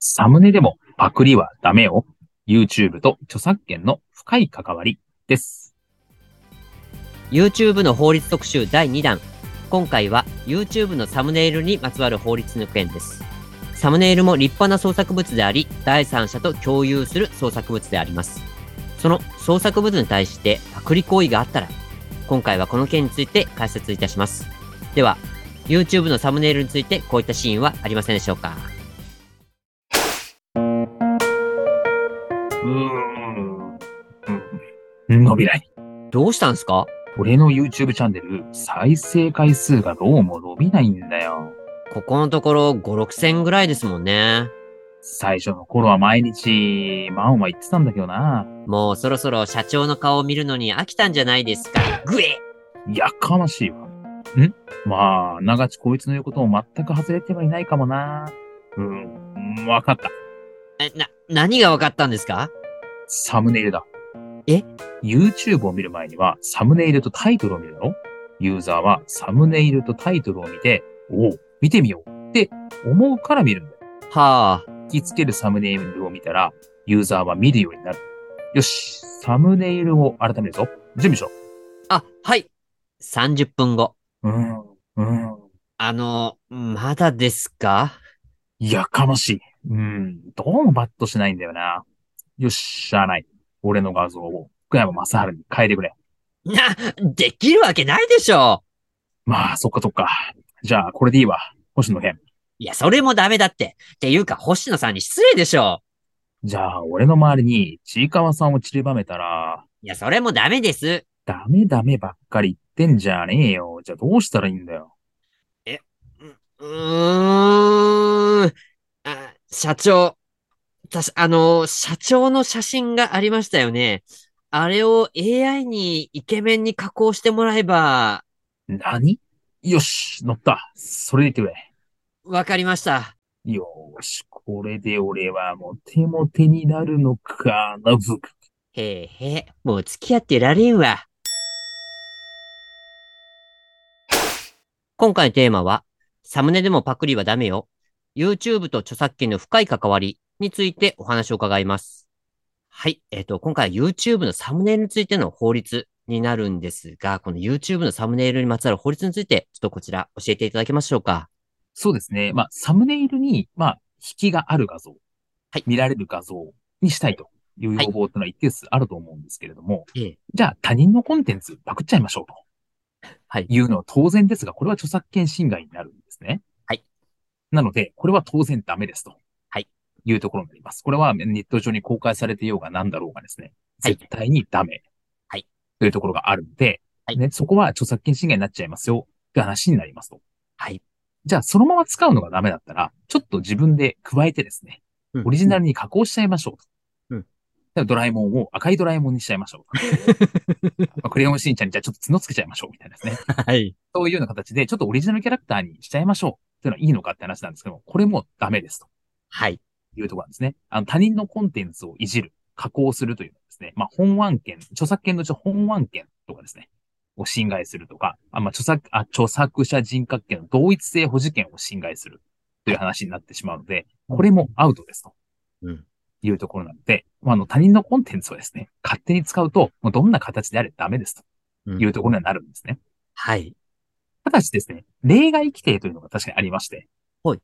サムネでもパクリはダメよ YouTube と著作権の深い関わりです YouTube の法律特集第2弾今回は YouTube のサムネイルにまつわる法律の件ですサムネイルも立派な創作物であり第三者と共有する創作物でありますその創作物に対してパクリ行為があったら今回はこの件について解説いたしますでは YouTube のサムネイルについてこういったシーンはありませんでしょうかうーんうん伸びないどうしたんですか俺の YouTube チャンネル、再生回数がどうも伸びないんだよ。ここのところ5、6千ぐらいですもんね。最初の頃は毎日、マンは言ってたんだけどな。もうそろそろ社長の顔を見るのに飽きたんじゃないですか。ぐえやかましいわ。んまあ、長地こいつの言うことも全く外れてはいないかもな。うん、わかった。え、な、何が分かったんですかサムネイルだ。え ?YouTube を見る前には、サムネイルとタイトルを見るだろユーザーはサムネイルとタイトルを見て、おう、見てみようって思うから見るんだよはあ、引きつけるサムネイルを見たら、ユーザーは見るようになる。よし、サムネイルを改めるぞ。準備しろ。あ、はい。30分後。うーん、うあの、まだですかーん。やかましい。うん、どうもバッとしないんだよな。よっしゃあない。俺の画像を福山雅治に変えてくれ。な、できるわけないでしょまあ、そっかそっか。じゃあ、これでいいわ。星野源。いや、それもダメだって。っていうか、星野さんに失礼でしょじゃあ、俺の周りに、ちいかわさんを散りばめたら、いや、それもダメです。ダメダメばっかり言ってんじゃねえよ。じゃあ、どうしたらいいんだよ。うーん。あ、社長。たし、あの、社長の写真がありましたよね。あれを AI にイケメンに加工してもらえば、何よし、乗った。それでいってくれ。わかりました。よーし、これで俺はモテモテになるのかな、ぶく。へえへえ、もう付き合ってられんわ。今回のテーマは、サムネでもパクリはダメよ。YouTube と著作権の深い関わりについてお話を伺います。はい。えっ、と、今回は YouTube のサムネイルについての法律になるんですが、この YouTube のサムネイルにまつわる法律について、ちょっとこちら教えていただけますでしょうか。そうですね。まあ、サムネイルに、まあ、引きがある画像、はい見られる画像にしたいというはい要望っていうのは一定数あると思うんですけれども、ええじゃあ他人のコンテンツパクっちゃいましょうと。はいいうのは当然ですが、これは著作権侵害になるんですね。はい。なので、これは当然ダメですと。はい。いうところになります。これはネット上に公開されてようが何だろうがですね。はい絶対にダメ。はい。というところがあるので、はいね、そこは著作権侵害になっちゃいますよって話になりますと。はい。じゃあ、そのまま使うのがダメだったら、ちょっと自分で加えてですね、オリジナル。ルに加工しちゃいましょうと。うんだからドラえもんを赤いドラえもんにしちゃいましょう。まあクレヨンしんちゃんにじゃあちょっと角つけちゃいましょうみたいなですね。 はい。そういうような形で、ちょっとオリジナルキャラクターにしちゃいましょうっていうのはいいのかって話なんですけども、これもダメですとはい。いうところなんですね。あの、他人のコンテンツをいじる、加工するというのはですね。まあ、本案権、著作権のうち本案権とかですね。を侵害するとか、あまあ、著作、あ、著作者人格権の同一性保持権を侵害するという話になってしまうので、これもアウトですと。うんいうところなので、まあ、あの、他人のコンテンツをですね、勝手に使うと、もうどんな形であれダメですとうんいうところにはなるんですね。はい。ただしですね、例外規定というのが確かにありまして。はい。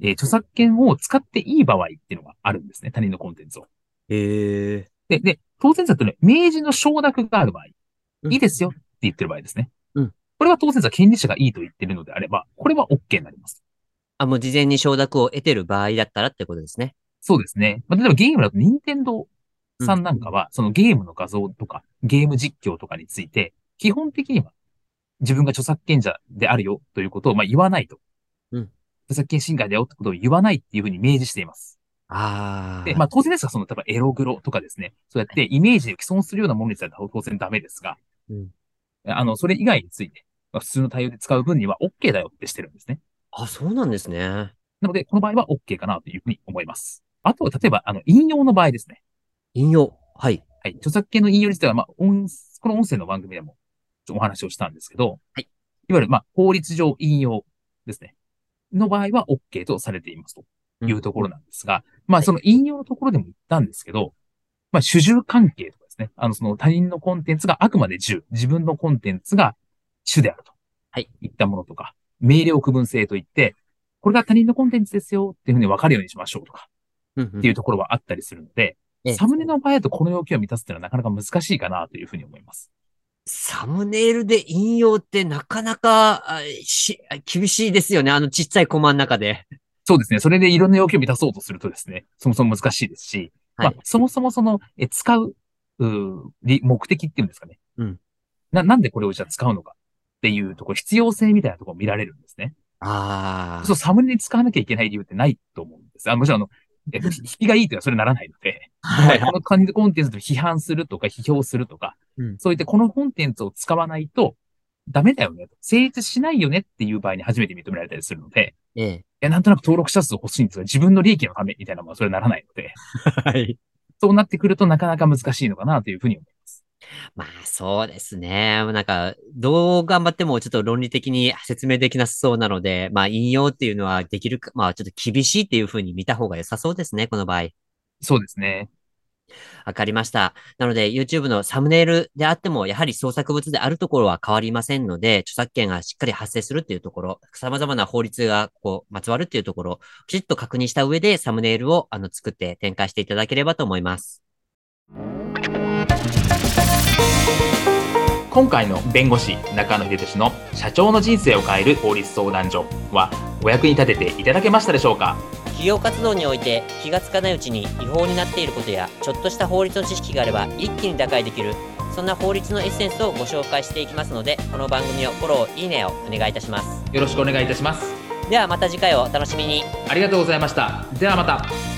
えー著作権を使っていい場合っていうのがあるんですね。他人のコンテンツを。へえ。で、で、当然だとね、明示の承諾がある場合、いうんいですよって言ってる場合ですね。うんこれは当然は権利者がいいと言ってるのであれば、これは OK になります。あ、もう事前に承諾を得てる場合だったらってことですね。そうですね。まあ、例えばゲームだと任天堂さんなんかは、そのゲームの画像とか、ゲーム実況とかについて、基本的には自分が著作権者であるよということをまあ言わないと。うん著作権侵害だよってことを言わないっていうふうに明示しています。あで、あ。まあ当然ですが、その、例えばエログロとかですね、そうやってイメージを既存するようなものにされたら当然ダメですが、うんあの、それ以外について、まあ普通の対応で使う分には OK だよってしてるんですね。あ、そうなんですね。なので、この場合は OK かなというふうに思います。あとは、例えば、あの、引用の場合ですね。引用。はい。はい。著作権の引用については、まあ、音、この音声の番組でもちょっとお話をしたんですけど、はい。いわゆる、まあ、法律上引用ですね。の場合は OK とされていますというところなんですが、まあ、その引用のところでも言ったんですけど、まあ、主従関係とかですね。あの、その他人のコンテンツがあくまで従、自分のコンテンツが主であると。はい。いったものとか、命令区分制といって、これが他人のコンテンツですよっていうふうに分かるようにしましょうとか、うんうんっていうところはあったりするので、ええサムネの場合だとこの要求を満たすっていうのはなかなか難しいかなというふうに思います。サムネイルで引用ってなかなかあし厳しいですよね。あのちっちゃいコマの中で。そうですね。それでいろんな要求を満たそうとするとですね、そもそも難しいですし、はいまあ、そもそもその、え使う、うーり目的っていうんですかね。うんな、なんでこれをじゃあ使うのかっていうところ、必要性みたいなところ見られるんですね。あそう、サムネに使わなきゃいけない理由ってないと思うんです。あもちろん、あの、えっと、引きがいいというのはそれならないので。あ。はい。この管理コンテンツで批判するとか、批評するとか、うんそういったこのコンテンツを使わないと、ダメだよねと。成立しないよねっていう場合に初めて認められたりするので、ええ。いや、なんとなく登録者数欲しいんですが、自分の利益のためみたいなのはそれならないので、はい。そうなってくるとなかなか難しいのかなというふうに思います。まあそうですね。なんか、どう頑張ってもちょっと論理的に説明できなさそうなので、まあ引用っていうのはできるか、まあちょっと厳しいっていうふうに見た方が良さそうですね、この場合。そうですね。わかりました。なので、YouTube のサムネイルであっても、やはり創作物であるところは変わりませんので、著作権がしっかり発生するっていうところ、様々な法律がこう、まつわるっていうところ、きちっと確認した上でサムネイルをあの作って展開していただければと思います。今回の弁護士中野秀俊の社長の人生を変える法律相談所はお役に立てていただけましたでしょうか企業活動において気がつかないうちに違法になっていることや、ちょっとした法律の知識があれば一気に打開できる、そんな法律のエッセンスをご紹介していきますので、この番組をフォロー、いいねをお願いいたします。よろしくお願いいたします。ではまた次回をお楽しみに。ありがとうございました。ではまた。